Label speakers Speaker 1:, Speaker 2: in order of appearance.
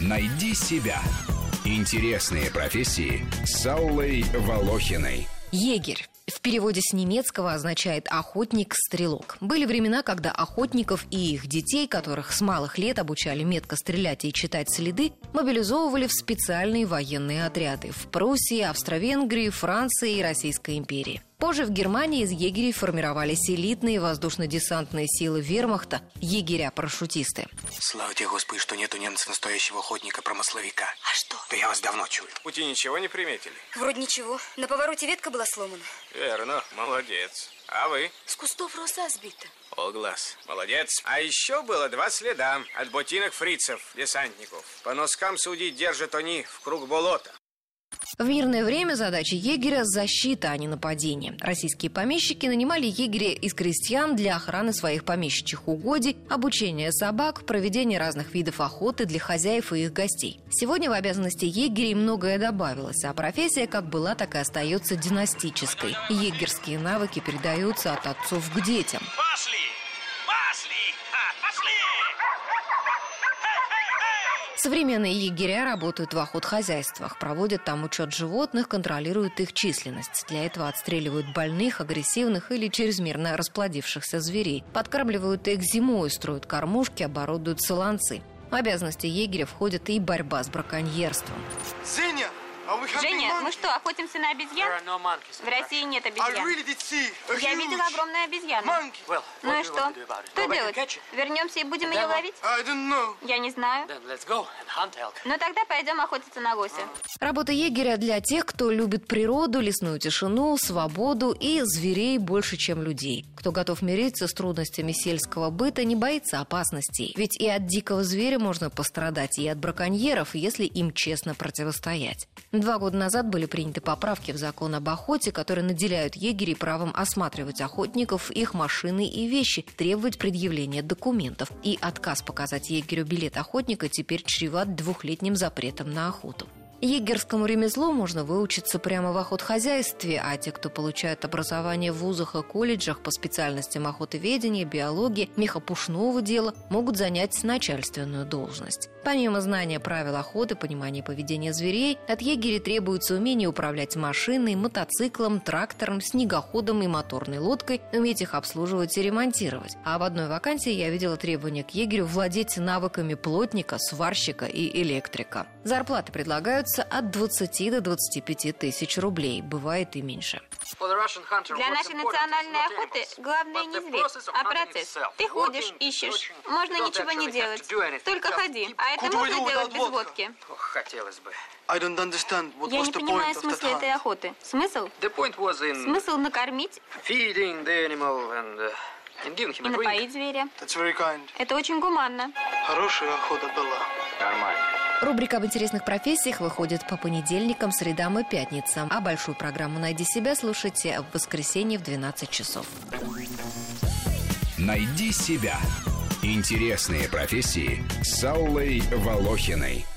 Speaker 1: Найди себя. Интересные профессии с Аллой Волохиной.
Speaker 2: Егерь. В переводе с немецкого означает «охотник-стрелок». Были времена, когда охотников и их детей, которых с малых лет обучали метко стрелять и читать следы, мобилизовывали в специальные военные отряды в Пруссии, Австро-Венгрии, Франции и Российской империи. Позже в Германии из егерей формировались элитные воздушно-десантные силы вермахта – егеря-парашютисты.
Speaker 3: Слава тебе, Господи, что нет А у немцев настоящего охотника-промысловика.
Speaker 4: А что?
Speaker 3: Да я вас давно чую.
Speaker 5: В пути ничего не приметили?
Speaker 4: Вроде ничего. На повороте ветка была сломана.
Speaker 5: Верно, молодец. А вы?
Speaker 4: С кустов роса сбита.
Speaker 5: О, глаз. Молодец. А еще было два следа от ботинок фрицев, десантников. По носкам судить держат они в круг болота.
Speaker 2: В мирное время задача егеря – защита, а не нападение. Российские помещики нанимали егеря из крестьян для охраны своих помещичьих угодий, обучения собак, проведения разных видов охоты для хозяев и их гостей. Сегодня в обязанности егерей многое добавилось, а профессия как была, так и остается династической. Егерские навыки передаются от отцов к детям.
Speaker 6: Пошли! Пошли! А, Пошли!
Speaker 2: Современные егеря работают в охотхозяйствах, проводят там учет животных, контролируют их численность. Для этого отстреливают больных, агрессивных или чрезмерно расплодившихся зверей. Подкармливают их зимой, строят кормушки, оборудуют солонцы. В обязанности егеря входит и борьба с браконьерством.
Speaker 7: Женя,
Speaker 8: Женя, мы что, охотимся на обезьян? В России нет обезьян. Я видела огромную обезьяну. Ну и что? Что делать? Вернемся и будем ее ловить? Я не знаю. Но тогда пойдем охотиться на лося.
Speaker 3: Mm.
Speaker 2: Работа егеря для тех, кто любит природу, лесную тишину, свободу и зверей больше, чем людей. Кто готов мириться с трудностями сельского быта, не боится опасностей. Ведь и от дикого зверя можно пострадать, и от браконьеров, если им честно противостоять. Два года назад были приняты поправки в закон об охоте, которые наделяют егерей правом осматривать охотников, их машины и вещи, требовать предъявления документов. И отказ показать егерю билет охотника теперь чреват двухлетним запретом на охоту. Егерскому ремеслу можно выучиться прямо в охотхозяйстве, а те, кто получает образование в вузах и колледжах по специальностям охотоведения, биологии, мехопушного дела, могут занять начальственную должность. Помимо знания правил охоты, понимания поведения зверей, от егеря требуется умение управлять машиной, мотоциклом, трактором, снегоходом и моторной лодкой, уметь их обслуживать и ремонтировать. А в одной вакансии я видела требования к егерю владеть навыками плотника, сварщика и электрика. Зарплаты предлагают обойдется от 20 до 25 тысяч рублей, бывает и меньше.
Speaker 8: Для нашей национальной охоты главное не зверь, а процесс. Ты ходишь, ищешь. Можно ничего не делать. Только ходи. А это можно делать без водки.
Speaker 3: Хотелось бы.
Speaker 7: Я
Speaker 8: Я не понимаю смысла этой охоты. Смысл?
Speaker 3: The point was in
Speaker 8: Смысл накормить
Speaker 3: feeding the animal and, uh, and giving him
Speaker 8: и
Speaker 3: a drink.
Speaker 8: напоить зверя.
Speaker 7: охоты.
Speaker 8: Это очень гуманно.
Speaker 7: Хорошая охота была.
Speaker 3: Нормально.
Speaker 2: Рубрика об интересных профессиях выходит по понедельникам, средам и пятницам. А большую программу «Найди себя» слушайте в воскресенье в 12 часов.
Speaker 1: Найди себя. Интересные профессии с Аллой Волохиной.